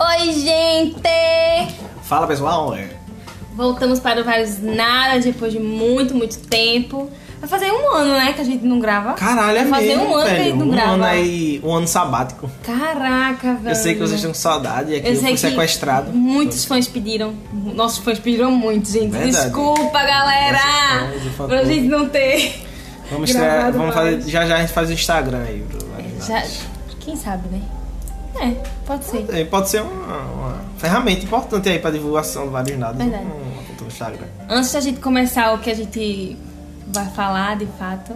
Oi, gente! Fala pessoal, É. Voltamos para o Vários Nada depois de muito, muito tempo. Vai fazer um ano, né, que a gente não grava. caralho, é Vai fazer mesmo, um ano que velho. ele não um grava. ano aí, um ano sabático. Caraca, velho. Eu sei que vocês estão com saudade, é que Eu eu, sei fui que sequestrado. Muitos fãs pediram. Nossos fãs pediram muito, gente. Verdade. Desculpa, galera! Nossos fãs, por favor. Pra gente não ter. Vamos estrear, Gravado vamos fazer, mais. já já a gente faz o Instagram aí. do Vários Já, Nados. quem sabe, né? É, pode ser. É, Pode ser uma, uma ferramenta importante aí pra divulgação do Vários Nados. Verdade. Uma conta no Instagram. Antes da gente começar o que a gente vai falar de fato.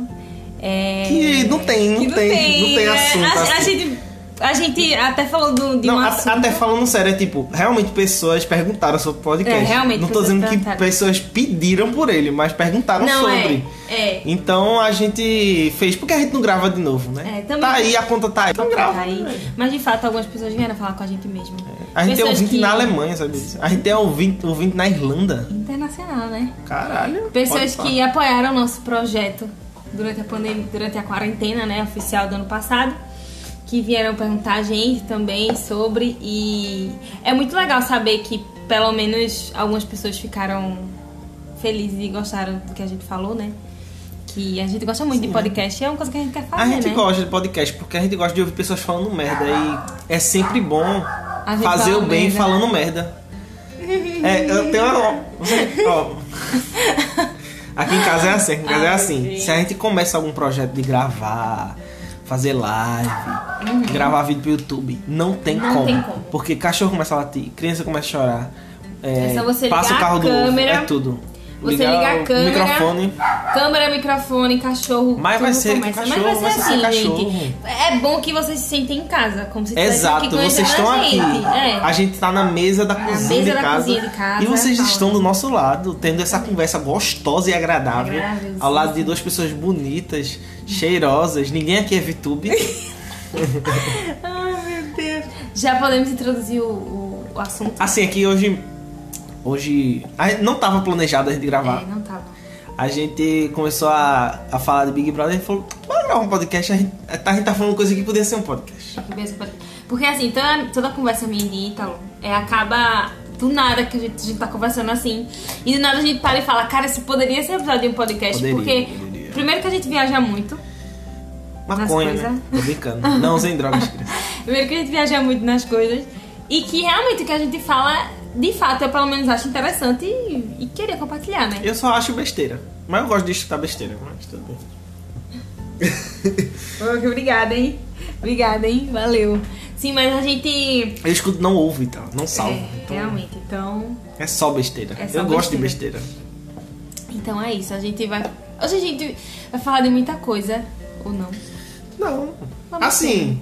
É... Que não tem, não que tem, não tem né? assunto A, a assim. gente, a gente até falou do, de Não, um a- assunto. até falando sério, é tipo, realmente pessoas perguntaram sobre o podcast. É, realmente, não tô pessoas dizendo que perguntaram. pessoas pediram por ele, mas perguntaram não, sobre. É, é. Então a gente fez. Porque a gente não grava de novo, né? É, também. Tá aí, a conta tá aí. Então grava. Aí, né? mas de fato, algumas pessoas vieram falar com a gente mesmo. A gente tem Pessoas ouvinte que- na Alemanha, sabe disso? A gente tem ouvinte, ouvinte na Irlanda. Internacional, né? Caralho. Pessoas pode falar. que apoiaram o nosso projeto durante a pandemia, durante a quarentena, né, oficial do ano passado, que vieram perguntar a gente também sobre e é muito legal saber que pelo menos algumas pessoas ficaram felizes e gostaram do que a gente falou, né? Que a gente gosta muito de podcast, é uma coisa que a gente quer fazer, né? A gente né? gosta de podcast porque a gente gosta de ouvir pessoas falando merda e é sempre bom gente fazer o fala bem merda. falando merda. É, eu tenho uma. você- ó. Aqui em casa é assim, aqui em casa é Ai, assim. gente. Se a gente começa algum projeto de gravar, fazer live, gravar vídeo pro YouTube, não tem, Uhum. Não como, tem como. Porque cachorro começa a latir, criança começa a chorar. É, É só você passa o ligar a carro do ovo, câmera, é tudo. Você Ligar ligar a o câmera, microfone. câmera, microfone, cachorro, Mas vai tudo ser começa. cachorro, Mas vai ser vai ser assim, cachorro. gente. É bom que vocês se sentem em casa, como se estivessem aqui Exato, conhecendo vocês a estão aqui. gente. É. A gente tá na mesa da, cozinha, mesa de da casa, cozinha de casa, E vocês fala. estão do nosso lado, tendo essa conversa gostosa e agradável. Agradável, ao sim, lado de duas pessoas bonitas, cheirosas. Ninguém aqui é VTube. Ai, meu Deus. Já podemos introduzir o, o- o assunto? assim, aqui hoje. Hoje. a gente não tava planejado a gente gravar. É, não tava. A gente começou a, a falar de Big Brother e falou: bora gravar um podcast. A gente, a gente tá falando coisa que podia ser um podcast. Porque assim, toda, toda conversa minha e de Ítalo é, acaba do nada que a gente, a gente tá conversando assim. E do nada a gente para e fala, cara, isso poderia ser episódio de um podcast. Poderia, porque poderia. primeiro que a gente viaja muito. Maconha, coisas. né? Tô brincando. Não usem drogas, criança. Primeiro que a gente viaja muito nas coisas. E que realmente o que a gente fala, de fato, eu pelo menos acho interessante e, e queria compartilhar, né? Eu só acho besteira. Mas eu gosto de escutar besteira, mas tudo bem. Ô, Obrigada, hein? Obrigada, hein? Valeu. Sim, mas a gente Eu escuto, não ouve, então, não salvo. É, então, Realmente, então. é só besteira. É só eu gosto de besteira. besteira. Então é isso. A gente vai. Hoje a gente vai falar de muita coisa, ou não? Não. Vamos Assim.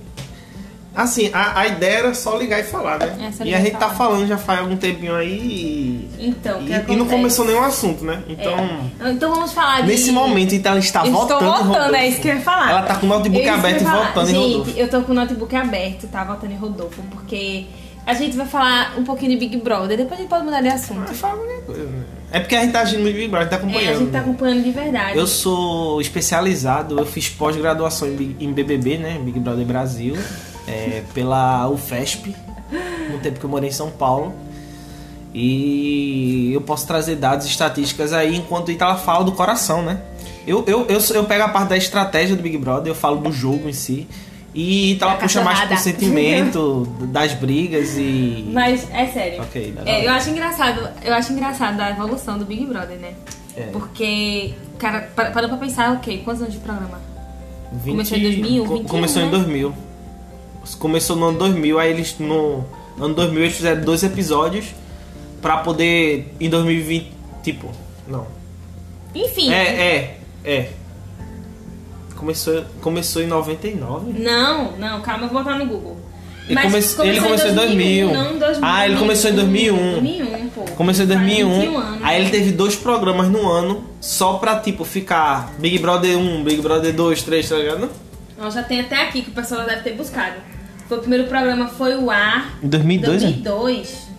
Assim, a, a ideia era só ligar e falar, né? É, só e a ligar e gente tá falar. falando já faz algum tempinho aí e. Então, o que e, e não acontece? começou nenhum assunto, né? É. Então. Então vamos falar de. Nesse momento, então, ela está Eu estou voltando. voltando, Rodolfo. é isso que eu ia falar. Ela tá com o notebook É isso que eu ia aberto e falar. voltando em Rodolfo. Gente, eu tô com o notebook aberto, tá? Voltando em Rodolfo, porque a gente vai falar um pouquinho de Big Brother. Depois a gente pode mudar de assunto. Mas fala qualquer coisa, né? É porque a gente tá agindo muito bem, a gente É, tá a acompanhando. gente tá né? acompanhando de verdade. Eu sou especializado, eu fiz pós-graduação em, Big- em BBB, né? Big Brother Brasil, é, pela UFESP, no tempo que eu morei em São Paulo. E eu posso trazer dados e estatísticas aí, enquanto o Itala fala do coração, né? Eu, eu, eu, sou- eu pego a parte da estratégia do Big Brother, eu falo do jogo em si. E Itala Da puxa mais pro cachorrada. sentimento, das brigas e. Mas é sério. Ok, dá É, lá. eu acho engraçado, eu acho engraçado a evolução do Big Brother, né? É. Porque, cara, pa- parou pra pensar, ok, quantos anos de programa? 20 Começou em 2000, co- 21, começou em né? 2000. Começou no ano 2000, aí eles no ano 2000 eles fizeram dois episódios pra poder em 2020, tipo, não. Enfim. É, é, é. Começou começou em 99. Não, não, calma, eu vou botar no Google. Ele come- ele começou em 2000. um, Não, 2000. Ah, ele começou em 2001. 2001, pô. Começou em Faz 2001. 21 anos. né? Aí ele teve dois programas no ano só pra tipo ficar Big Brother 1, Big Brother 2, 3, tá ligado? Ó, já tem até aqui que o pessoal deve ter buscado. Foi o primeiro programa foi o ar. Em 2002, né? 2002.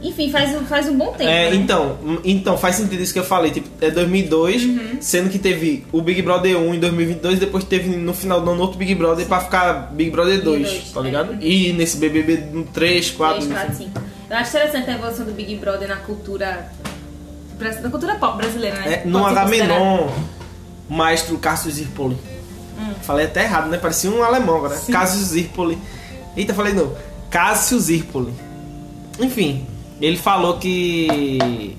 Enfim, faz, um- faz um bom tempo. É, né? então, hum, então, faz sentido isso que eu falei. Tipo, é 2002, Uhum. sendo que teve o Big Brother 1 em 2022, depois teve no final do ano outro Big Brother pra ficar Big Brother 2, Big dois, tá é. ligado? E nesse BBB 3, 4, Três, quatro, cinco. Eu acho interessante a evolução do Big Brother na cultura. bras- Na cultura pop brasileira, né? É, no Pode ser considerado. Agamenon, maestro Cassius Zirpoli. Hum. Falei até errado, né? Parecia um alemão agora. né? Cassius Zirpoli. Eita, falei não. Cassius Zirpoli. Enfim, ele falou que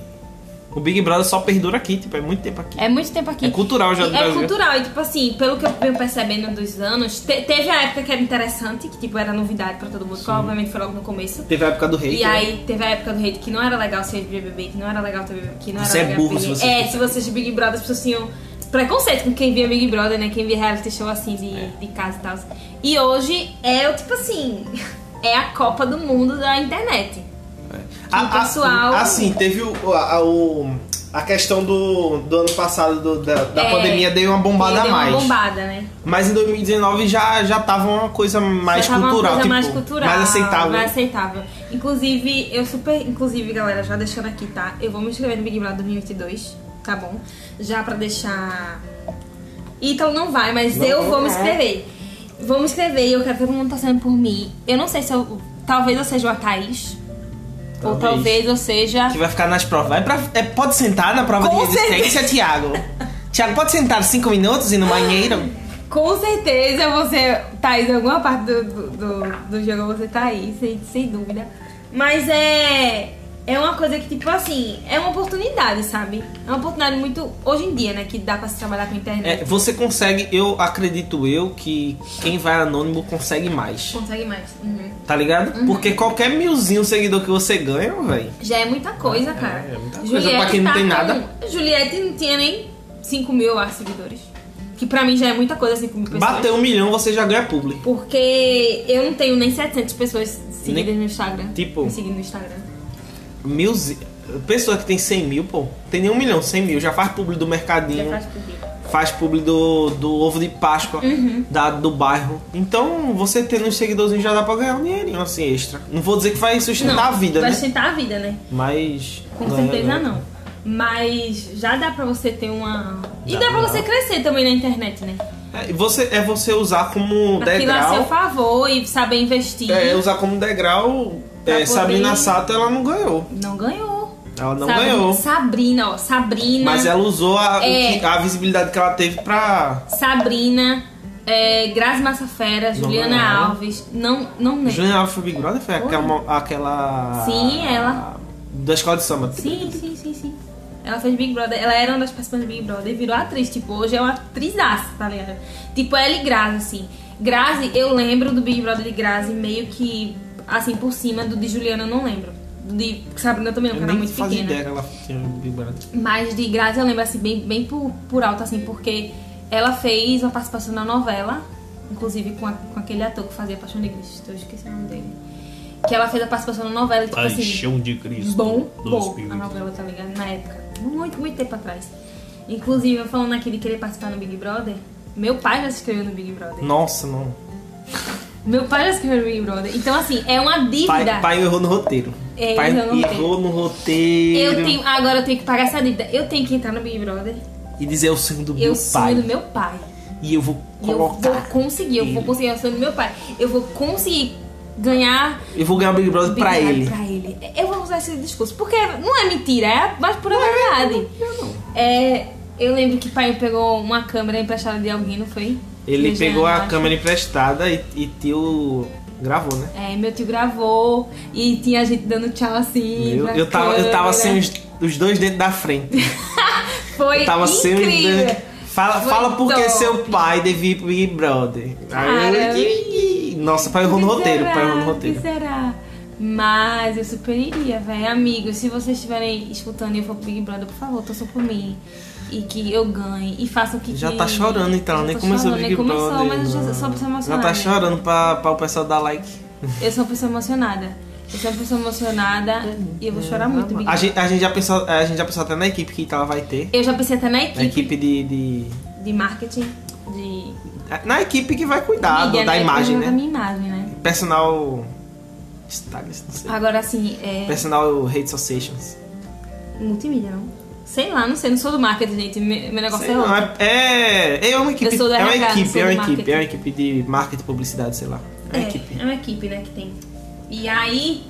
o Big Brother só perdura aqui, tipo, é muito tempo aqui. É muito tempo aqui. É cultural já E do É Brasil. cultural, e tipo assim, pelo que eu venho percebendo dos anos, te- teve a época que era interessante, que tipo era novidade pra todo mundo, que obviamente foi logo no começo. Teve a época do rei. E aí teve a época do hate que não era legal ser de BBB, que não era legal ter BBB, que não Você era é legal burro ter- se você- É, se você de Big Brother, as pessoas tinham preconceito com quem via Big Brother, né? Quem via reality show assim de, É. de casa e tal. E hoje é o tipo assim, é a Copa do Mundo da internet. É. A- a- pessoal- Assim, teve o, a, o- a questão do, do ano passado, do- da, da É. pandemia, deu uma bombada a Deu mais. Uma bombada, né? Mas em 2019 já, já tava uma coisa mais Já tava uma cultural, coisa tipo, mais cultural, aceitável. mais aceitável. Inclusive, eu super. Inclusive, galera, já deixando aqui, tá? Eu vou me inscrever no Big Brother 2022, tá bom? Já pra deixar. Ítalo não vai, mas Não, eu vou me não. inscrever. Vou me inscrever e eu quero que todo mundo passando por mim. Eu não sei se eu. Talvez eu seja o Thaís. Ou Talvez. talvez eu seja. Que vai ficar nas provas. Vai pra, é, pode sentar na prova Com de resistência, Thiago. Thiago, pode sentar cinco minutos e no banheiro? Com certeza você, Thaís, em alguma parte do, do, do, do jogo você tá aí, sem, sem dúvida. Mas é. É uma coisa que, tipo assim, é uma oportunidade, sabe? É uma oportunidade muito. Hoje em dia, né? Que dá pra se trabalhar com a internet. É, você consegue, eu acredito eu, que quem vai anônimo consegue mais. Consegue mais. Uhum. Tá ligado? Porque qualquer milzinho seguidor que você ganha, velho. Já é muita coisa, cara. tá é muita coisa pra quem não tem com- nada. Juliette não tinha nem 5 mil, eu acho, seguidores. Que pra mim já é muita coisa, 5 mil pessoas. Bater um milhão, você já ganha publi. Porque eu não tenho nem 700 pessoas seguidas Nem- no Instagram. Tipo- Me seguindo no Instagram. Milzi... Pessoa que tem 100 mil, pô, tem nem um milhão, 100 mil. Já faz publi do Já mercadinho, faz público. faz publi do, do ovo de Páscoa Uhum. da, do bairro. Então, você tendo uns seguidorzinhos já dá pra ganhar um dinheirinho assim extra. Não vou dizer que vai sustentar a vida, vai né? sustentar a vida, né? Mas. Com ganha, certeza ganha. não. Mas já dá pra você ter uma. E Dá, dá, pra dá. você crescer também na internet, né? É, e você, é você usar como Aquilo a seu Um degrau. favor e saber investir. É, usar como degrau. Pra é, poder- Sabrina Sato, ela não ganhou. Não ganhou. Ela não Sabe- ganhou. Sabrina, ó. Sabrina. Mas ela usou a, o É. que- a visibilidade que ela teve pra. Sabrina. É, Grazi Massafera, Juliana ganharam. Alves. Não, não lembro. Juliana foi Big Brother? Foi aquela, aquela. Sim, ela. Da escola de samba. Sim, um sim, sim, sim. Ela fez Big Brother, ela era uma das participantes do Big Brother e virou atriz. Tipo, hoje é uma atrizaça, tá ligado? Tipo, ela e Grazi, assim. Grazi, eu lembro do Big Brother de Grazi meio que, assim, por cima do de Juliana, eu não lembro. Do de Sabrina eu também não, Eu porque ela é nem muito fazia pequena. ideia que ela tinha um Big Brother. Mas de Grazi eu lembro, assim, bem, bem por, por alto, assim, porque ela fez uma participação na novela, inclusive com, a- com aquele ator que fazia Paixão de Cristo, eu esqueci o nome dele. Que ela fez a participação na novela e, tipo assim de Cristo. bom, bom a novela, tá ligado? Na época. Muito, muito tempo atrás. Inclusive, eu falando aqui de querer participar no Big Brother, meu pai já se inscreveu no Big Brother. Nossa, não. Meu pai já se inscreveu no Big Brother. Então, assim, é uma dívida. Pai, pai errou no roteiro. É, pai errou no errou no roteiro. Eu tenho, agora eu tenho que pagar essa dívida. Eu tenho que entrar no Big Brother. E dizer eu sonho do Eu meu pai. sonho do meu pai. E eu vou E eu vou colocar. conseguir, eu vou ele. conseguir o sonho do meu pai. Eu vou conseguir ganhar Eu vou ganhar o Big Brother Big pra Brother ele. pra ele. Eu vou usar esse discurso, porque não é mentira, é a mais pura verdade. É, eu lembro que o pai pegou uma câmera emprestada de alguém, não foi? Ele Do pegou Jean, a eu acho. câmera emprestada e, e tio gravou, né? É, meu tio gravou e tinha gente dando tchau assim. Eu, pra eu tava, eu tava sem câmera. os, os dois dentes da frente. Foi Eu tava sem os incrível. dois. Fala, Foi fala por que top. seu pai devia ir pro Big Brother. Aí eu- Cara, Ih, nossa, pai errou no Que roteiro. será? Pai errou no Que roteiro. será? Mas eu super iria, velho. Amigos, se vocês estiverem escutando e eu for pro Big Brother, por favor, torçam por mim. E que eu ganhe. E façam o que Já que- tá chorando então, Já nem tô começou o chorando, Big nem começou, Brother. mas eu já não. sou uma pessoa Já emocionada. tá chorando pra, pra o pessoal dar like. Eu sou uma pessoa emocionada. Eu sou uma pessoa Tá emocionada e eu vou chorar muito, Big É, A Brother. gente, a, gente já pensou, a gente já pensou até na equipe que ela vai ter. Eu já pensei até na Na equipe equipe de- de de marketing, de Na equipe que vai cuidar do- mídia, da né? imagem, Da né? minha imagem, né? Personal Stagnis, não sei. Agora, assim, é. Personal Hate Associations. Multimídia, não? Sei lá, não sei, não sou do marketing, gente. Me- Meu negócio é Sei não, outro. é, é, é uma equipe. Eu sou do é uma RH, equipe, sou é do uma equipe, é uma marketing. equipe de marketing, publicidade, sei lá. É uma equipe. é uma equipe, né, que tem. E aí.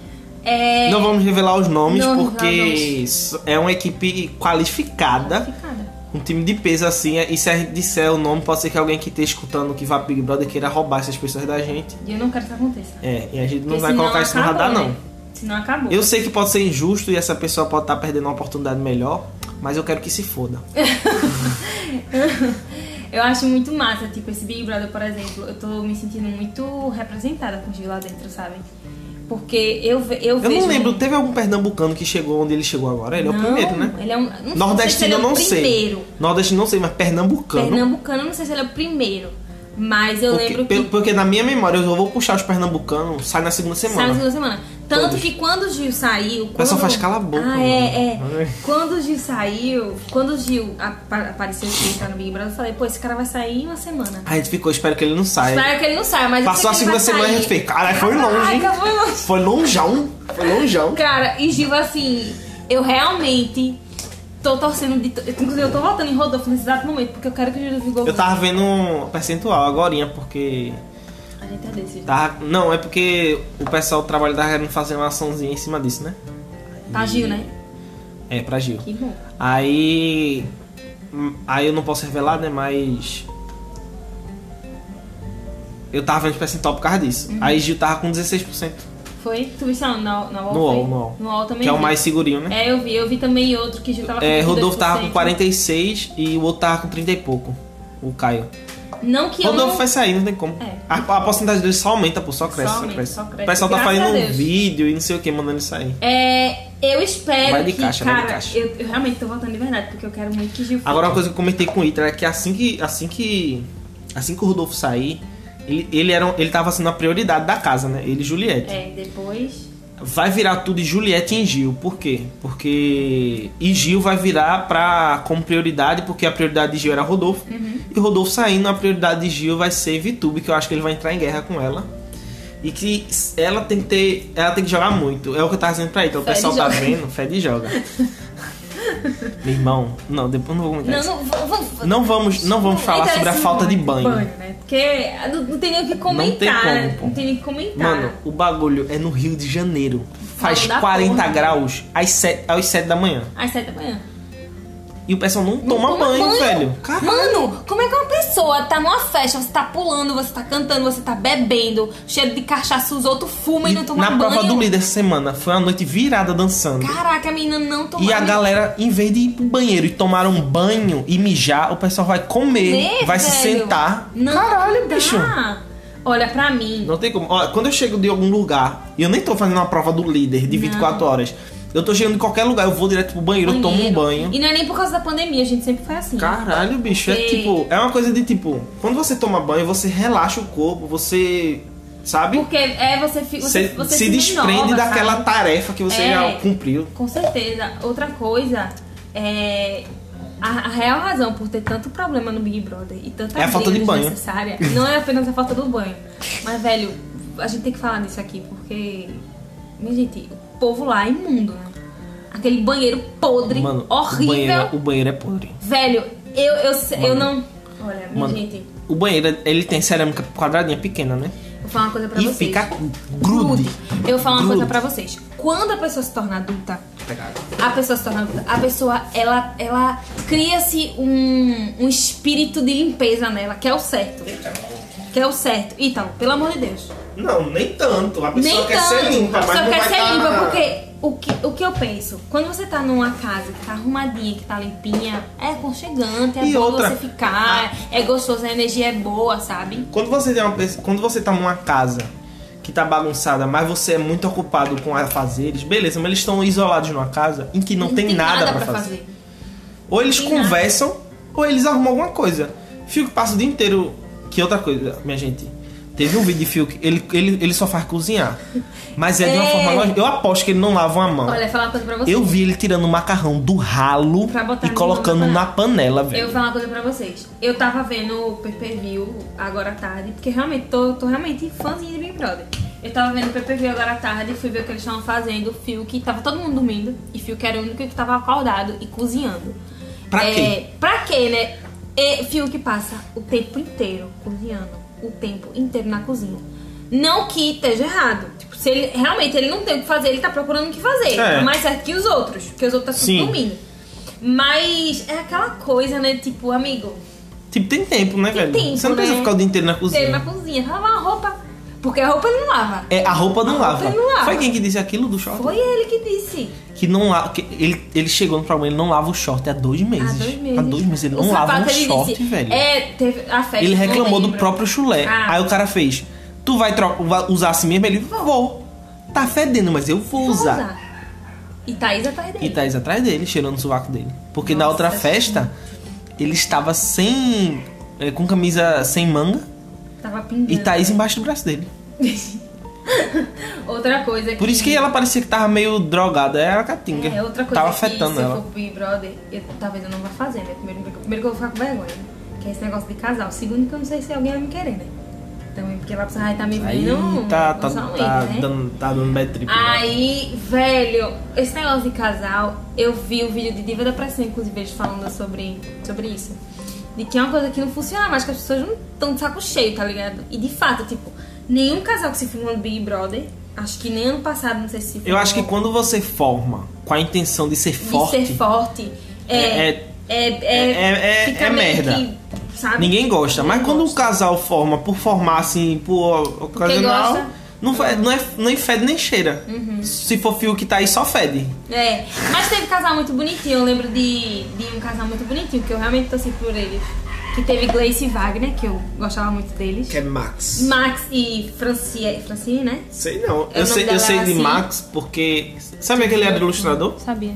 É. Não vamos revelar os nomes Não, porque não, não. isso é uma equipe qualificada, Ficada. um time de peso assim. E se a gente disser o nome, pode ser que alguém que esteja escutando que vá pro Big Brother queira roubar essas pessoas da gente. E eu não quero que isso aconteça. É, e a gente não Porque vai senão colocar isso no acabou, radar, né? não. Senão acabou. Eu sei que pode ser injusto e essa pessoa pode estar perdendo uma oportunidade melhor, mas eu quero que se foda. né? Eu acho muito massa, tipo, esse Big Brother, por exemplo, eu tô me sentindo muito representada com o Gil lá dentro, sabe? Porque eu, ve- eu, Eu vejo... não lembro, teve algum pernambucano que chegou onde ele chegou agora? Ele é o Não, primeiro, né? Ele é um... não sei se ele é Nordestino eu o não sei. primeiro. Nordestino eu não sei, mas pernambucano. Pernambucano, eu não sei se ele é o primeiro. Mas eu porque, lembro que... pelo- porque na minha memória eu vou puxar os pernambucanos, sai na segunda Sai na semana. segunda semana. Tanto Todos. que quando o Gil saiu. Quando... pessoal faz cala a boca, Ah, mano. é, é. Ai. Quando o Gil saiu. Quando o Gil apa- apareceu aqui entrar no Big Brother, eu falei, pô, esse cara vai sair em uma semana. A gente ficou, espero que ele não saia. Espero que ele não saia, mas. eu Passou a sei que ele segunda vai semana e a gente sair. fez, caralho, foi longe, hein? Caraca, foi longe. Foi lonjão. Foi lonjão. Cara, e Gil, assim, eu realmente tô torcendo de. to- Inclusive, eu tô votando em Rodolfo nesse exato momento, porque eu quero que o Gil Vigor. Eu tava vendo um percentual agorinha, porque. A gente é desse. Tá, Tava... Não, é porque o pessoal do trabalho tava querendo fazer uma açãozinha em cima disso, né? Gil, né? É, pra Gil. Que bom. Aí. Aí eu não posso revelar, né? Mas. Eu tava vendo esse percentual por causa disso. Uhum. Aí Gil tava com 16%. Foi? Tu viu isso na, na, na UOL? No foi? UOL, no UOL. No UOL também. Que é o vi. mais segurinho, né? É, eu vi. Eu vi também outro que Gil tava com É, Rodolfo 32%. tava com 46 e o outro tava com 30 e pouco. O Caio. Não que Rodolfo eu não... vai sair, não tem como. É. A, a porcentagem dele só aumenta, pô, só Só cresce. aumenta, cresce. só cresce. O pessoal tá Graças fazendo a um Deus. vídeo e não sei o que, mandando ele sair. É, eu espero Vai de que, caixa, vai de cara, caixa. Eu, eu realmente tô votando de verdade, porque eu quero muito que Gil Agora uma coisa que eu comentei com o Iter é que assim que. Assim que. Assim que o Rodolfo sair, ele, ele, era, um- ele tava sendo a prioridade da casa, né? Ele e Juliette. É, depois... Vai virar tudo de Juliette em Gil. Por quê? Porque. E Gil vai virar pra, como prioridade, porque a prioridade de Gil era Rodolfo. Uhum. E Rodolfo saindo, a prioridade de Gil vai ser Vitube, que eu acho que ele vai entrar em guerra com ela. E que ela tem que ter. Ela tem que jogar muito. É o que eu tava dizendo pra ele. Então o Fede pessoal tá joga. vendo, Fede joga. Meu irmão, não, depois eu não vou comentar Não, isso. não, vamos... vamos- É. Não vamos, não vamos falar Então, sobre a assim, falta de banho. né? Porque não, não tem nem o que comentar. como, né? pô. não tem nem o que comentar. Mano, o bagulho é no Rio de Janeiro. Faz da 40 porra. graus às 7, às 7 da manhã. Às sete da manhã. E o pessoal não, Não toma, banho, velho. Caralho. Mano, como é que uma pessoa tá numa festa, você tá pulando, você tá cantando, você tá bebendo, cheiro de cachaça, os outros fumam e, não E tomam na banho. prova do líder essa semana, foi uma noite virada dançando. Caraca, a menina não toma E a galera, em vez de ir pro banheiro e tomar um banho e mijar, o pessoal vai comer, Né, vai se velho? sentar. Não Caralho, dá. bicho. Olha, pra mim, Não tem como. Ó, quando eu chego de algum lugar, e eu nem tô fazendo uma prova do líder de 24 horas. Eu tô chegando em qualquer lugar, eu vou direto pro banheiro, eu tomo um banho. E não é nem por causa da pandemia, a gente sempre foi assim. Caralho, bicho, é Porque- tipo, é uma coisa de tipo, quando você toma banho, você relaxa o corpo, você sabe? Porque é você, fi- você, Você você se, desprende renova, daquela sabe? tarefa que você É. já cumpriu. Com certeza. Outra coisa é. A, a real razão por ter tanto problema no Big Brother e tanta É a falta briga de banho. desnecessária não é apenas a falta do banho. Mas, velho, a gente tem que falar nisso aqui, porque. Minha gente, o povo lá é imundo, né? Aquele banheiro podre, Mano, horrível. O banheiro, o banheiro é podre. Velho, eu, eu, se- eu não. Olha, minha Mano, gente, o banheiro, ele tem cerâmica quadradinha pequena, né? vou falar uma coisa pra e vocês. fica grude. Eu vou falar uma coisa Grude. pra vocês. Quando a pessoa se torna adulta, Pegado. a pessoa se torna adulta, a pessoa, ela, ela cria-se um, um espírito de limpeza nela, que é o certo. Que é o certo. Então, pelo amor de Deus. Não, nem tanto. A Nem tanto. a pessoa quer ser tá limpa, porque o que, o que eu penso? Quando você tá numa casa que tá arrumadinha, que tá limpinha, é aconchegante, é E bom outra, você ficar, é gostoso, a energia é boa, sabe? Quando você, tem uma, pessoa- quando você tá numa casa que tá bagunçada, mas você é muito ocupado com afazeres, beleza, mas eles estão isolados numa casa em que não, tem, nada, pra fazer. Ou eles Tem conversam, ou eles arrumam alguma coisa. Fiuk passa o dia inteiro. Que outra coisa, minha gente. Teve um vídeo de Fiuk, ele, ele, ele só faz cozinhar. Mas é de uma É. forma lógica. Eu aposto que ele não lava uma mão. Olha, falar uma coisa pra vocês. eu vi ele tirando o macarrão do ralo Pra botar e no- colocando na na panela, velho. Eu vou falar uma coisa pra vocês. Eu tava vendo o pay per view agora à tarde, porque realmente tô, tô realmente fãzinha de Big Brother. Eu tava vendo o PPV agora à tarde, fui ver o que eles estavam fazendo. O Fiuk, tava todo mundo dormindo. E Fiuk era o único que tava acordado e cozinhando. Pra é, quê? Pra quê, né? E Fiuk passa o tempo inteiro cozinhando. O tempo inteiro na cozinha. Não que esteja errado. Tipo, se ele realmente ele não tem o que fazer, ele tá procurando o que fazer. É. É. Mais certo que os outros, porque os outros tá Sim. tudo dormindo. Mas é aquela coisa, né? Tipo, amigo, Tipo, tem tempo, né, Tem velho? tempo, Você não precisa né? ficar o dia inteiro na cozinha. ele na cozinha, vai lavar a roupa. Porque a roupa ele não lava. É, a roupa não, A lava. roupa não lava. Foi quem que disse aquilo do short? Foi ele que disse. Que não lava. Que ele, ele chegou no programa, ele não lava o short há dois meses. Há dois meses. Há dois meses, ele não O lava sapato, o ele short, disse, velho. É, teve a festa. ele não reclamou do lembro. próprio chulé. Ah. Aí o cara fez: Tu vai tro- va- usar assim mesmo? Ele vou. Tá fedendo, mas eu vou, Vou usar. E Thaís atrás dele. E Thaís atrás dele, cheirando o sovaco dele. Porque na Nossa, outra gente. festa, ele estava sem. eh, com camisa sem manga Tava pingando. e Thaís embaixo do braço dele. Outra coisa Por isso que ela parecia que tava meio drogada. Era a Catinga. É, outra coisa tava que afetando se ela. eu for pro Big Brother, eu, talvez eu não vá fazer, né? Primeiro, primeiro que eu vou ficar com vergonha, né? Que é esse negócio de casal. Segundo que eu não sei se alguém vai me querer, né? Também porque lá pra Sarrai tá me Aí vendo não- tá, não tá, somente, tá, né? dando, tá dando bad trip. né? Aí, velho, esse negócio de casal, eu vi o vídeo de Diva da Pressão, inclusive, eles falando sobre, sobre isso. De que é uma coisa que não funciona mais, que as pessoas não estão de saco cheio, tá ligado? E de fato, tipo, nenhum casal que se filmou no Big Brother, acho que nem ano passado, não sei se. Eu acho que filmou, quando você forma com a intenção de ser de forte, ser forte. É- É. é- É. É. é- é- fica é meio merda. que, sabe? ninguém gosta. Mas quando o casal forma por formar assim, por ocasional, gosta. Uhum. não, fe- não é, nem fede nem cheira. Se for fio que tá aí, só fede. É, mas teve casal muito bonitinho. Eu lembro de, de um casal muito bonitinho, que eu realmente torci por eles. Que teve Gleice e Wagner, que eu gostava muito deles. é Max. Max e Francie, Francine, né? Sei não. É o Eu nome sei, eu dela sei era de assim? Uhum. Max porque. Sabe aquele era ilustrador? Sabia.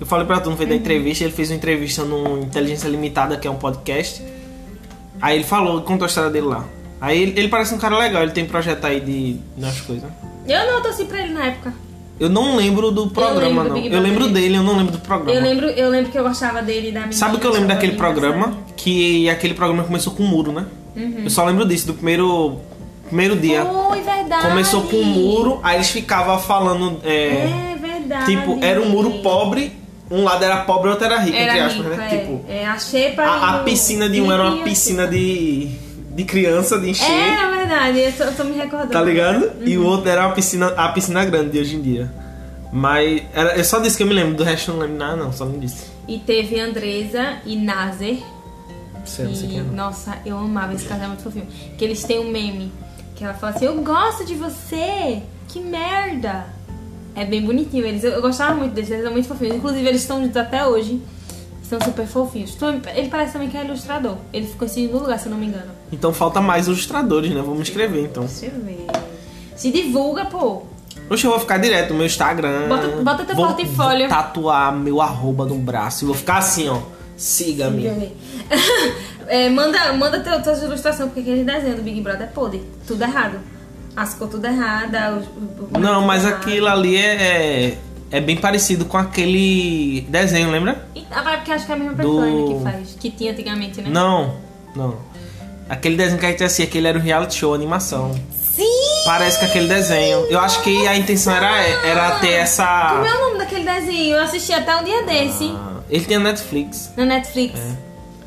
Eu falei pra tu, não foi Uhum. da entrevista, ele fez uma entrevista no Inteligência Limitada, que é um podcast. Aí ele falou, contou a história dele lá. Aí ele, ele parece um cara legal, ele tem projeto aí de umas coisas. Eu não torci pra ele na época. Eu não lembro do lembro programa, do não. Big Eu Brother lembro dele. dele, eu não lembro do programa. Eu lembro, eu lembro que eu gostava dele e da menina. Sabe o que eu lembro achava daquele ele programa? engraçadinho. Que aquele programa começou com o muro, né? Uhum. Eu só lembro disso, do primeiro, primeiro dia. Foi, verdade. Começou com o muro, aí eles ficavam falando. é, É verdade. tipo, era um muro pobre, um lado era pobre e outro era rico, entre Era aspas, rico, né? é. Tipo. É, a xepa e A, a o- piscina de um era e uma a piscina de, de criança, de encher, tá. É, Uhum. é verdade, eu tô, eu tô me recordando. tá ligado? E o outro era uma piscina, a piscina grande de hoje em dia. Mas era, é só disso que eu me lembro, do resto eu não lembro nada, não, só lembro disso. E teve Andresa e Nazer. Sei, não sei E, quem é. não. nossa, eu amava esse casal é muito fofinho. Que eles têm um meme. Que ela fala assim, eu gosto de você! Que merda! É bem bonitinho eles. Eu, eu gostava muito deles, eles são muito fofinhos. Inclusive, eles estão juntos até hoje. São super fofinhos. Tu- Ele parece também que é ilustrador. Ele ficou em segundo lugar, se eu não me engano. Então falta mais ilustradores, né? Vamos escrever então. Deixa eu ver. Se divulga, pô. Hoje eu vou ficar direto no meu Instagram. Bota- bota teu vou, portfólio. Vou tatuar meu arroba no braço e vou ficar assim, ó. Siga-me. É, manda manda teu, tuas ilustrações, porque aquele desenho do Big Brother é podre. Tudo errado. As cores tudo errada. os- os- os- Não, mas errado. aquilo ali é, é, é bem parecido com aquele desenho, lembra? E- Ah, vai, porque acho que é a mesma Do- Petânia que faz, que tinha antigamente, né? Não, não. Aquele desenho que a gente assistia, aquele era um reality show, animação. Sim! Parece com aquele desenho. Eu acho que a intenção era, era ter Como é essa. o nome daquele desenho? Eu assisti até um dia desse, Ah, Ele tem a Netflix. na Netflix.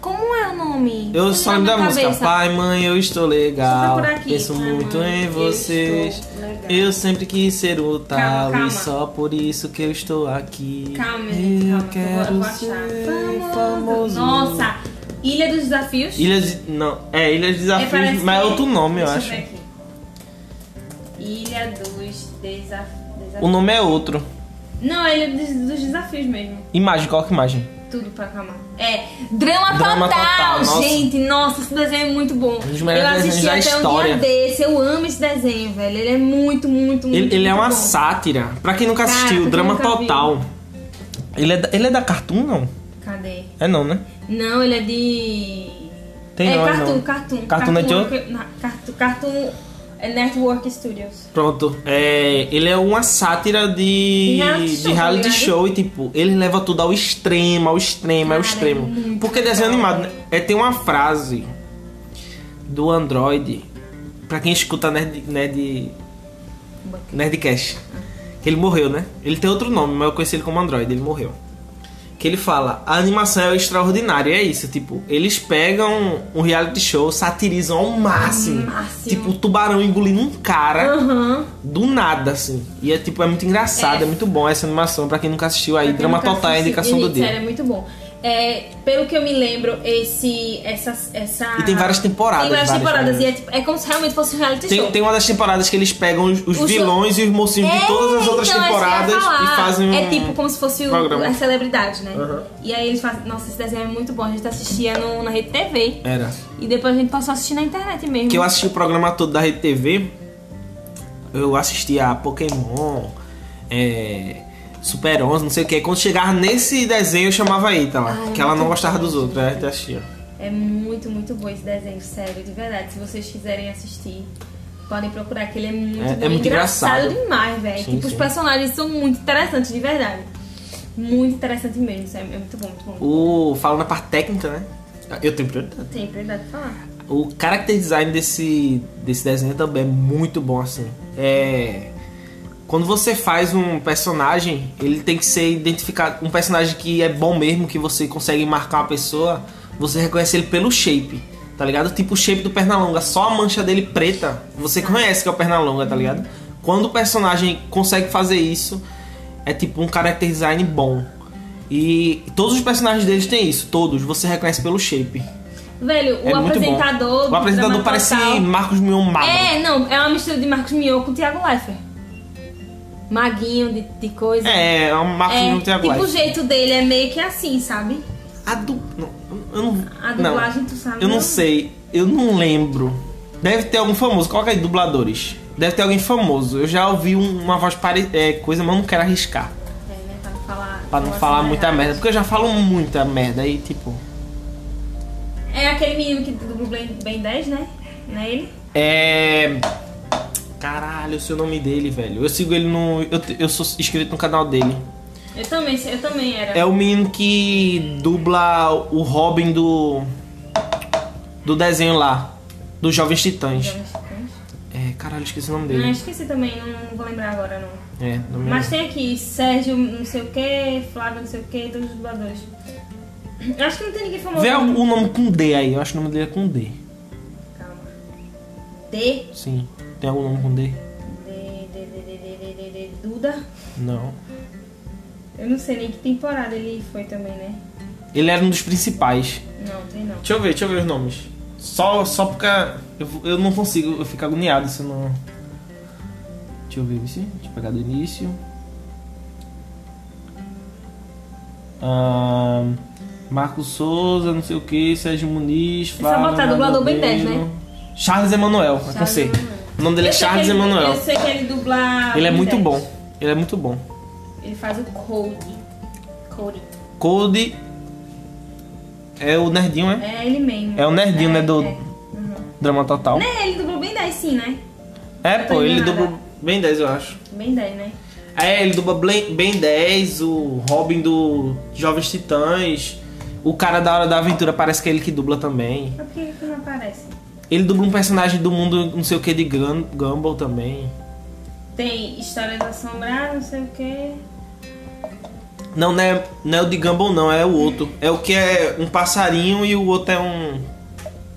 Como é o nome? Eu Não só me lembro dá da na música. cabeça. Pai, mãe, eu estou legal. Deixa eu procurar aqui. Penso Pai, muito mãe, em eu vocês. estou legal. Eu sempre quis ser o tal Calma, calma. e só por isso que eu estou aqui. Calma, gente, eu calma. que quero eu vou, eu vou achar. ser famoso. Nossa! Ilha dos Desafios. Ilhas de, não, é Ilhas de É, parece Desafios, mas é que- outro nome, eu Deixa acho. ver aqui. Ilha dos Desaf- Desafios. O nome é outro. Não, é Ilha dos, dos Desafios mesmo. Imagem, coloca imagem. Tudo pra acalmar. É, Drama, Drama Total, Total, nossa. Um gente. Nossa, esse desenho é muito bom. dos melhores Eu assisti desenhos da até um dia história. desse. Eu amo esse desenho, velho. Ele é muito, muito, muito Ele, ele é muito uma bom. sátira. Pra quem nunca Cara, assistiu, pra quem Drama nunca viu. Total. Ele é, da, ele é da Cartoon, não? Cadê? É não, né? Não, ele é de... Tem é não, é Cartoon, não. Cartoon. Cartoon Network? Network- na- Cartoon, Cartoon é Network Studios. Pronto. É, ele é uma sátira de, De reality de show, reality tá ligado? show e tipo, ele leva tudo ao extremo, ao extremo, Cara, ao é extremo. muito Porque desenho legal. animado, né? É, tem uma frase do Android, pra quem escuta Nerd, Nerd Nerdcast. Que ele morreu, né? Ele tem outro nome, mas eu conheci ele como Android, ele morreu. Que ele fala, a animação é extraordinária, e é isso, tipo, eles pegam um reality show, satirizam ao máximo. Máximo. Tipo, o tubarão engolindo um cara Aham. do nada, assim. E é tipo, é muito engraçado, é, É. muito bom essa animação, pra quem nunca assistiu aí, Pra quem Drama nunca Total é a assiste- indicação do Gente, dia. Sério, é muito bom. É, pelo que eu me lembro, esse, essa, essa... E tem várias temporadas. Tem várias temporadas. E várias. é, tipo- é como se realmente fosse um reality Tem, show. tem uma das temporadas que eles pegam os, os O show- vilões e os mocinhos de todas as É, outras então, é isso que eu ia temporadas e falar. fazem um. É tipo como se fosse o- programa. a celebridade, né? Aham. E aí eles fazem... Nossa, esse desenho é muito bom. A gente assistia no, na Rede TV. Era. E depois a gente passou a assistir na internet mesmo. Que eu assisti o programa todo da Rede TV. Eu assistia a Pokémon, é, Super 11, não sei o que. Quando chegava nesse desenho, eu chamava a Ita lá. Ai, que ela não muito gostava bom, dos outros, aí a gente assistia. É muito, muito bom esse desenho, sério, de verdade. Se vocês quiserem assistir, podem procurar, que ele é muito É- bom. é muito engraçado. demais, velho. Sim, Tipo, os sim. personagens são muito interessantes, de verdade. Muito interessante mesmo, sério. É muito bom, muito bom. O, falando na parte técnica, né? Eu tenho prioridade. Tem prioridade pra falar. O character design desse, desse desenho também é muito bom, assim. É. Quando você faz um personagem, ele tem que ser identificado. Um personagem que é bom mesmo, que você consegue marcar uma pessoa, você reconhece ele pelo shape, tá ligado? Tipo o shape do Pernalonga, só a mancha dele preta, você conhece que é o Pernalonga, tá ligado? Quando o personagem consegue fazer isso, é tipo um character design bom. E todos os personagens deles têm isso, todos, você reconhece pelo shape. Velho, É o muito bom. apresentador. O do apresentador Drama parece Total- Marcos Mion magro. É, não, é uma mistura de Marcos Mion com o Thiago Leifert. Maguinho de, de coisa. É, é um Marcos Mion tem a tipo, o dublagem. jeito dele é meio que assim, sabe? A du... não, eu não, A não. dublagem, tu sabe, Eu não não? sei, eu não lembro. Deve ter algum famoso, coloca aí dubladores. Deve ter alguém famoso. Eu já ouvi um- uma voz pare... é, coisa, mas eu não quero arriscar. É, né? Pra não falar. Pra não falar muita merda. Porque eu já falo muita merda e tipo. É aquele menino que dublou Ben, ben 10, né? Não é ele? É. Caralho, eu sei o nome dele, velho. Eu sigo ele no. Eu, te- eu sou inscrito no canal dele. Eu também, eu também era. É o menino que dubla o Robin do. Do desenho lá. Dos Jovens Titãs. É, caralho, esqueci o nome Não, dele. esqueci também, não, não vou lembrar agora não. É, nome Mas tem aqui, Sérgio não sei o que, Flávio não sei o que, todos os dubladores. Acho que não tem ninguém famoso. Vê um não. o nome com D aí, eu acho que o nome dele é com D. Calma. D, Sim. Tem algum nome com D? D, D, D, D, D, D, D, D, Duda. Não. Eu não sei nem que temporada ele foi também, né? Ele era um dos principais. Não, tem não. Deixa eu ver, deixa eu ver os nomes. Só, só porque eu, eu não consigo, eu fico agoniado se eu não. Deixa eu ver isso. Deixa eu pegar do início. Ahn, Marcos Souza, não sei o que, Sérgio Muniz, só botar dublador bem dez, né? Charles Emanuel, é com Charles C. Emanuel. O nome dele é Eu sei que Charles ele- Emanuel. Eu sei que ele dubla. Ele é Ben muito 10. bom. Ele é muito bom. Ele faz o Cody. Cody. Cody. É o Nerdinho, é? É ele mesmo. É o nerdinho, né, do- É. Uhum. Drama Total. Né, ele dublou bem 10 sim, né? É, pô, ele Nada. dublou bem 10, eu acho. Bem 10, né? É, ele dubla Blen- Ben 10, o Robin do Jovens Titãs. O cara da Hora da Aventura parece que é ele que dubla também. Mas por que ele que não aparece? Ele dubla um personagem do mundo não sei o que de Gun- Gumball também. Tem Histórias Assombradas, ah, não sei o quê. Não, não é, não é o de Gumball não, é o outro. É o que é um passarinho e o outro é um...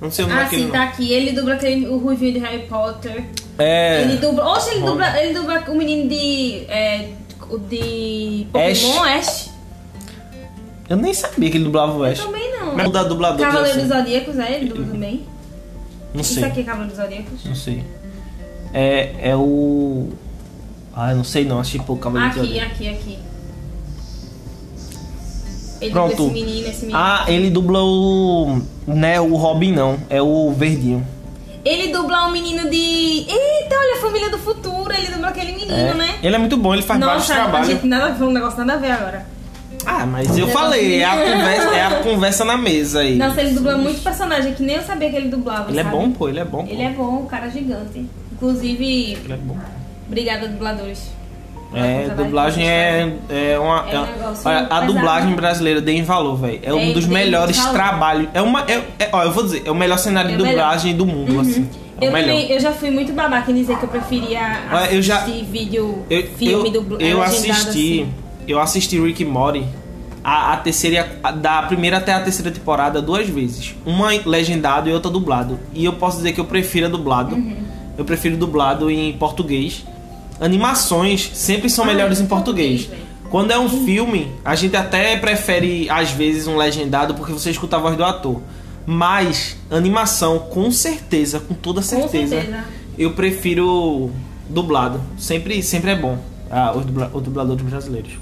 Não sei o nome Ah, daquele sim, tá aqui. Ele dubla aquele, o Ruivinho de Harry Potter. não. É... Ele dubla. Oxe, ele Olha. dubla, ele dubla o menino de. É, o de Pokémon Ash. Eu nem sabia que ele dublava o Ash. Também não. Mas o da dubladora... Cavaleiro dos assim, Zodíacos, é? Ele dubla também. Não sei. Isso aqui é Cavaleiro dos Zodíacos. Não sei. É, é o... Ah, eu não sei não, achei pouco Cavaleiro do Aqui, Zodíaco. aqui, aqui. Ele Pronto. dubla esse menino, esse menino. Ah, ele dubla o. Né, o Robin não, é o Verdinho. Ele dubla o menino de. Eita, olha a família do futuro. Ele dubla aquele menino, É. né? Ele é muito bom, ele faz vários Nossa, a trabalhos. gente nada, foi um negócio nada a ver agora. Ah, mas eu falei, é a, conversa, é a conversa na mesa aí. Nossa, ele dubla muito personagem que nem eu sabia que ele dublava. Ele é sabe? bom, pô, ele é bom. pô. Ele é bom, o cara é gigante. um Inclusive, Ele é bom. obrigada, dubladores. É, trabalho dublagem que é, é uma. É um é- negócio olha, a pesado. dublagem brasileira dê em valor, velho. É um Tem- dos tem melhores valor. trabalhos. É uma. É, é- ó, eu vou dizer, é o melhor cenário É de o melhor. Uhum. dublagem do mundo, assim. É Eu, o melhor. também, eu já fui muito babaca em dizer que eu preferia Olha, eu assistir já- vídeo, Eu, filme, eu, dubl- eu legendado assisti. assim. Eu assisti Rick and Morty. A, a terceira, e a- a- da primeira até a terceira temporada duas vezes. Uma em legendado e outra dublado. E eu posso dizer que eu prefiro a dublado. Uhum. Eu prefiro dublado em português. Animações sempre são Ah, melhores em em português, Uhum. português. Quando é um filme, a gente até prefere às vezes um legendado porque você escuta a voz do ator. Mas animação, com certeza, com toda Com certeza, certeza. eu prefiro dublado. Sempre, sempre é bom. Ah, os, dubla, os dubladores brasileiros.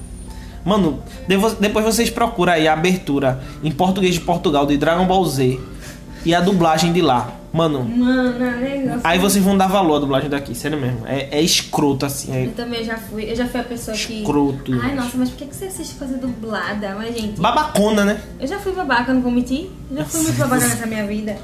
Mano, devo- depois vocês procuram aí a abertura em português de Portugal de Dragon Ball Z e a dublagem de lá. Mano, Mano, é negócio. aí vocês vão dar valor à dublagem daqui, sério mesmo. É, é escroto assim, é Eu também já fui. Eu já fui a pessoa que. escroto. Ai, nossa, mas por que que você assiste coisa dublada? Mas, gente, Babacona, né? eu já fui babaca, não vou mentir. Eu Já fui muito babaca nessa minha vida.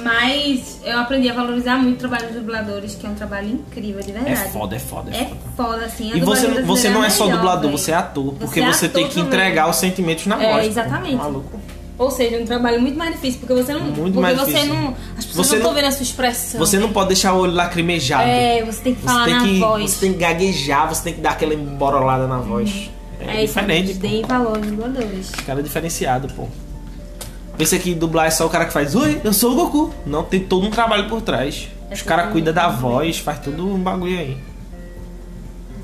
Mas eu aprendi a valorizar muito o trabalho dos dubladores, que é um trabalho incrível, de É verdade. foda, é foda, é É foda. foda, assim. a E você, dublagem não- você brasileira não é só melhor, dublador, véi. você é ator. Porque é você tem ator que também. entregar os sentimentos na voz. É, pô. exatamente. Maluco. Ou seja, um trabalho muito mais difícil, porque você não. Muito porque mais você difícil. não. As pessoas Você não estão não- vendo a sua expressão. Você não pode deixar o olho lacrimejado. Então. É, você tem que falar você, tem na que, voz. você tem que gaguejar, você tem que dar aquela emborolada na voz. É, Uhum. isso, diferente, pô. Deem valor aos dubladores. Cara é diferenciado, pô. Pensa que dublar é só o cara que faz Oi, eu sou o Goku. Não, tem todo um trabalho por trás. É Os tudo caras cuidam da muito bem. voz, faz tudo um bagulho aí.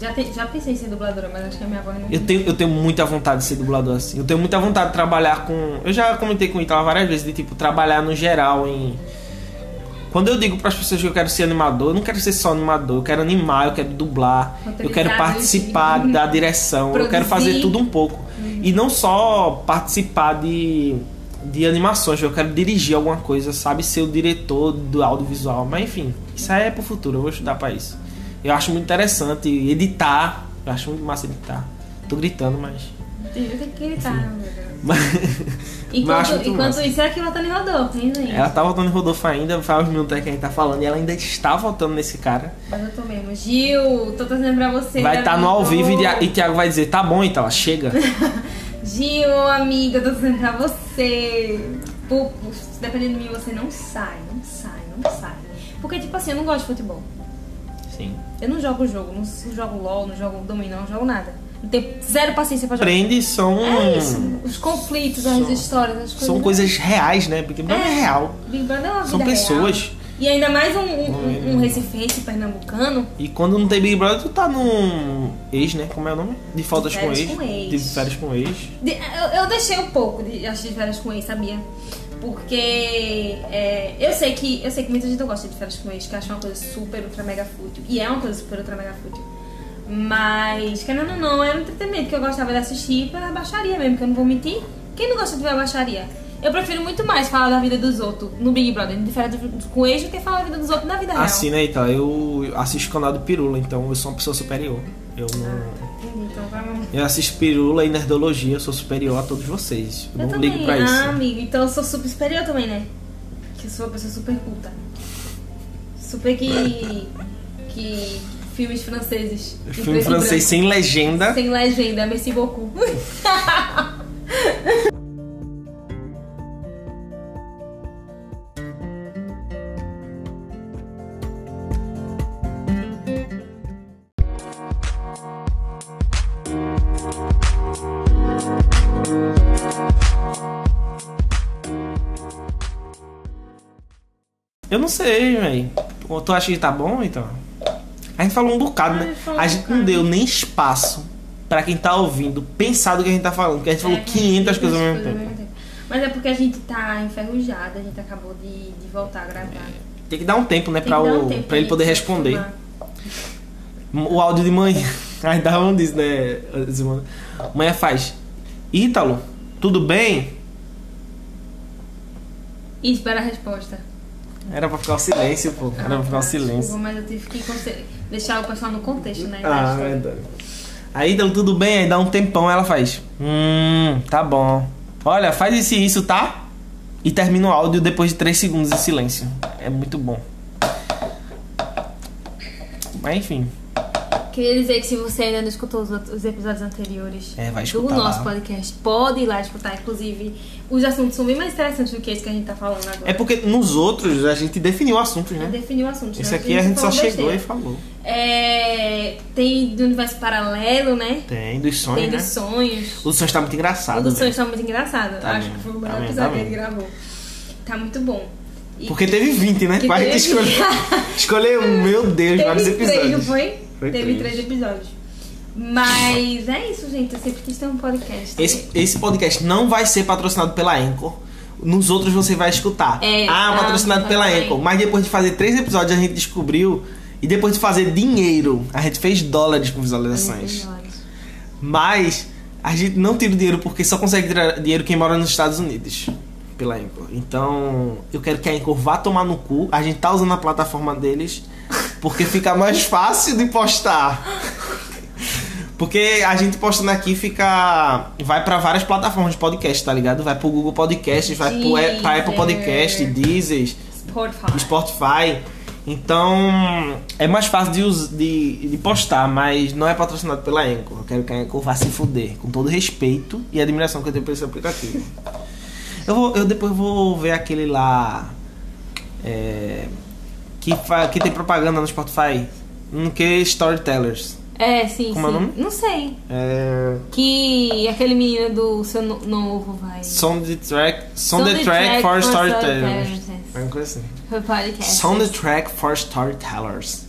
Já, te- já pensei em ser dubladora, mas acho que a minha voz não. Eu tenho, eu tenho muita vontade de ser dublador assim. Eu tenho muita vontade de trabalhar com. Eu já comentei com o Itala várias vezes, de tipo, trabalhar no geral em. Quando eu digo para as pessoas que eu quero ser animador, eu não quero ser só animador, eu quero animar, eu quero dublar, eu quero Roteirizar, participar dirigir. da direção, eu quero Produzir. fazer tudo um pouco. E não só participar de, de animações, eu quero dirigir alguma coisa, sabe? Ser o diretor do audiovisual, mas enfim, isso aí é pro futuro, eu vou estudar pra isso. Eu acho muito interessante editar, eu acho muito massa editar. Tô gritando, mas. Eu tenho que gritar, meu Deus. mas acho Enquanto, muito enquanto massa. isso, é que ela tá em Rodolfo, hein, gente? Ela tá voltando em Rodolfo ainda, faz uns minutos aí que a gente tá falando, e ela ainda está voltando nesse cara. Mas eu tô mesmo. Gil, tô trazendo pra você. vai né, estar no amigo? ao vivo e, e Thiago vai dizer, tá bom então, ela chega. Gil, amiga, eu tô trazendo pra você. Pupo, se dependendo de mim, você não sai, não sai, não sai. Porque, tipo assim, eu não gosto de futebol. Sim. Eu não jogo jogo, não jogo LOL, não jogo dominó, não jogo nada. Não tenho zero paciência pra jogar. Prende são. É isso. Os conflitos, as São- histórias, as coisas. São coisas reais, né? Porque não é, É. real. Big Brother é uma São vida pessoas. real. E ainda mais um, um, um, um recifense pernambucano. E quando não tem Big Brother, tu tá num ex, né? Como é o nome? De faltas De com, férias ex. com ex. É De férias com ex. De- eu, eu deixei um pouco de as de férias com ex, sabia? Porque é, eu sei que eu sei que muita gente não gosta de férias com ex, que acha uma coisa super ultra mega fútil. E é uma coisa super ultra mega fútil. Mas, querendo ou não, era um entretenimento que eu gostava de assistir pela baixaria mesmo, que eu não vou mentir. Quem não gosta de ver a baixaria? Eu prefiro muito mais falar da vida dos outros no Big Brother, de férias com ex, do que falar da vida dos outros na vida Assim, né, Ita? Eu assisto o canal do Pirula, então eu sou uma pessoa superior. Eu não. real. Entendi, então vamos. Eu assisto Pirula e Nerdologia, eu sou superior a todos vocês. Eu, Eu não também, ligo pra ah, isso. amigo. Então eu sou super superior também, né? Que eu sou uma pessoa super culta. Super que. que. filmes franceses. em preto Filme e francês branco. sem legenda. Sem legenda, merci beaucoup. Eu não sei, velho. Tu acha que tá bom, então? A gente falou um Ah, bocado, a né? gente falou A um gente não bocado. deu nem espaço pra quem tá ouvindo pensar do que a gente tá falando, porque a gente falou É, 500 coisas ao mesmo coisas tempo. Mas é porque a gente tá enferrujada, a gente acabou de, de voltar a gravar. Tem que dar um tempo, né, Tem pra, que dar o, um tempo pra ele gente poder se responder. acostumar. O áudio de manhã. Aí dá um disso, né, Zimona? Manhã faz. Ítalo, tudo bem? E espera a resposta. Era pra ficar o silêncio, pô. Era pra ficar o Ah, um silêncio. Desculpa, mas eu tive que conse- deixar o pessoal no contexto, né? da Ah, história. verdade. Aí Ítalo, tudo bem? Aí dá um tempão, ela faz. Hum, tá bom. Olha, faz isso e isso, tá? E termina o áudio depois de 3 segundos de silêncio. É muito bom. Mas enfim. Queria dizer que se você ainda não escutou os, outros- os episódios anteriores É, vai do escutar nosso lá. podcast, pode ir lá escutar. Inclusive, os assuntos são bem mais interessantes do que esse que a gente tá falando agora. É porque nos outros a gente definiu assuntos, Já né? definiu o assunto. Esse né? aqui a gente só falou chegou e besteira. falou. É, tem do universo paralelo, né? Tem, dos Tem sonhos, né? dos sonhos. O sonho tá muito O engraçado. dos velho. sonhos tá muito engraçado. Tá Acho mesmo, que foi o tá melhor mesmo, episódio tá que ele gravou. Tá muito bom. E Porque teve 20, né? Que Pra gente teve- escolher. escolher um, meu Deus, vários teve episódios. três, não foi? Foi teve três. três. episódios. Mas é isso, gente. Eu sempre quis ter um podcast. Esse, esse podcast não vai ser patrocinado pela Anchor. Nos outros você vai escutar. É, ah, ah, patrocinado pela patrocinado. Anchor. Mas depois de fazer três episódios, a gente descobriu. E depois de fazer dinheiro, a gente fez dólares com um visualizações. Mas a gente não tira o dinheiro porque só consegue tirar dinheiro quem mora nos Estados Unidos pela Anchor. Então, eu quero que a Anchor vá tomar no cu. A gente tá usando a plataforma deles porque fica mais fácil de postar. Porque a gente postando aqui fica. Vai pra várias plataformas de podcast, tá ligado? Vai pro Google Podcasts, vai pro, A- pra Apple Deezer. Podcast, Deezer, Spotify. Spotify. Então é mais fácil de, us- de, de postar, mas não é patrocinado pela Anchor. Eu quero que a Anchor vá se fuder, com todo respeito e admiração que eu tenho por esse aplicativo. Eu, vou, eu depois vou ver aquele lá é, que, fa- que tem propaganda no Spotify, um que é Storytellers. É, sim, Como é sim. o nome? Não sei. É, Que aquele menino do seu no- novo vai. Soundtrack, Soundtrack soundtrack for for Storytellers. Storytellers. É uma coisa assim. Foi podcast. Soundtrack for Storytellers.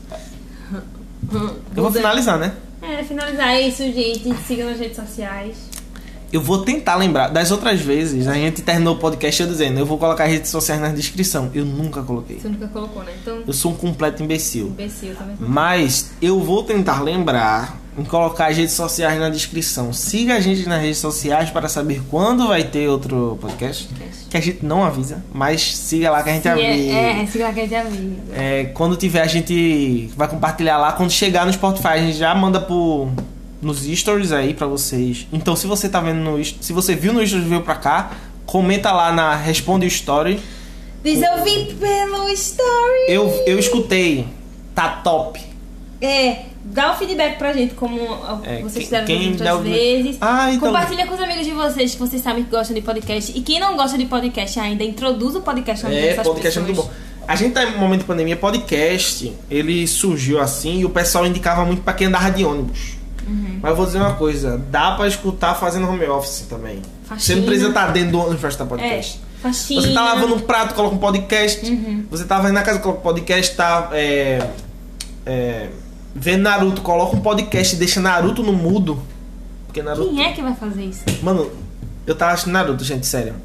Eu vou finalizar, né? Hum, É, finalizar é isso, gente. Siga nas redes sociais. Eu vou tentar lembrar. Das outras vezes, né? a gente terminou o podcast eu dizendo, eu vou colocar as redes sociais na descrição. Eu nunca coloquei. Você nunca colocou, né? Então, Eu sou um completo imbecil. imbecil também. Mas eu vou tentar lembrar em colocar as redes sociais na descrição. Siga a gente nas redes sociais para saber quando vai ter outro podcast. Que a gente não avisa, mas siga lá que a gente avisa. É, é, siga lá que a gente avisa. É, quando tiver, a gente vai compartilhar lá. Quando chegar no Spotify, a gente já manda pro, nos stories aí pra vocês. Então, se você tá vendo no ist- se você viu no stories e veio pra cá, comenta lá na Responde o Story. Diz eu vim pelo story. Eu, eu escutei, tá top. É, dá o feedback pra gente, como É, vocês quem- fizeram quem dá outras o- vezes. Ah, então- Compartilha com os amigos de vocês que vocês sabem que gostam de podcast. E quem não gosta de podcast ainda, introduz o podcast na vida É, dessas podcast é pessoas. muito bom. A gente tá em um momento de pandemia, podcast, ele surgiu assim e o pessoal indicava muito pra quem andava de ônibus. Uhum. Mas eu vou dizer uma coisa, dá pra escutar fazendo home office também. Você Faxina. não precisa estar dentro do ônibus pra escutar podcast. É, faxina. Uhum. Você tá lavando um prato, coloca um podcast. Você tá vendo na casa, coloca um podcast. Tá é, é, vendo Naruto, coloca um podcast e deixa Naruto no mudo. Porque Naruto. Quem é que vai fazer isso? Mano, eu tava achando Naruto, gente, sério.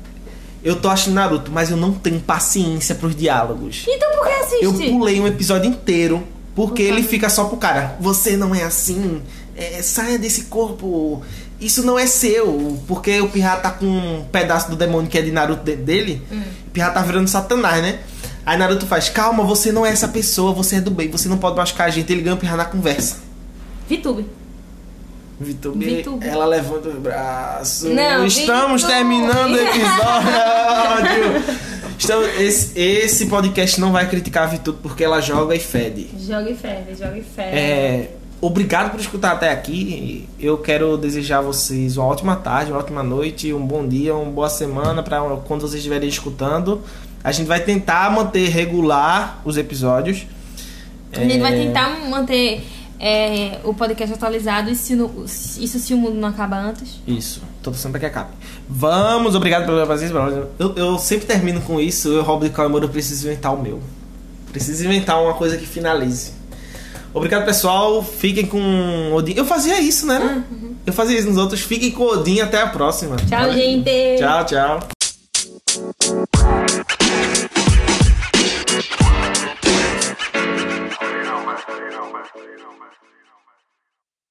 Eu tô achando Naruto, mas eu não tenho paciência pros diálogos. Então por que assiste? Eu pulei um episódio inteiro porque Por favor. ele fica só pro cara. Você não é assim. é, saia desse corpo. Isso não é seu. Porque o pirra tá com um pedaço do demônio que é de Naruto dentro dele. Hum. O pirra tá virando Satanás, né? Aí Naruto faz: Calma, você não é essa pessoa. Você é do bem. Você não pode machucar a gente. Ele ganha o pirra na conversa. VTube. Vitube, Vitube. ela levanta os braços. Não, Estamos Vitube. terminando o episódio. Estamos, esse, esse podcast não vai criticar a Vitube porque ela joga e fede. Joga e ferve, joga e ferve. É, obrigado por escutar até aqui. Eu quero desejar a vocês uma ótima tarde, uma ótima noite, um bom dia, uma boa semana para quando vocês estiverem escutando. A gente vai tentar manter regular os episódios. É, A gente vai tentar manter é, o podcast atualizado e se no- isso se o mundo não acabar antes. Isso. Tô torcendo pra que acabe. Vamos, obrigado pela presença. Eu, eu sempre termino com isso. Eu roubo de Calamura, eu preciso inventar o meu. Preciso inventar uma coisa que finalize. Obrigado, pessoal. Fiquem com Odin. Eu fazia isso, né? Eu fazia isso nos outros. Fiquem com Odin. Até a próxima. Tchau, Valeu. gente! Tchau, tchau.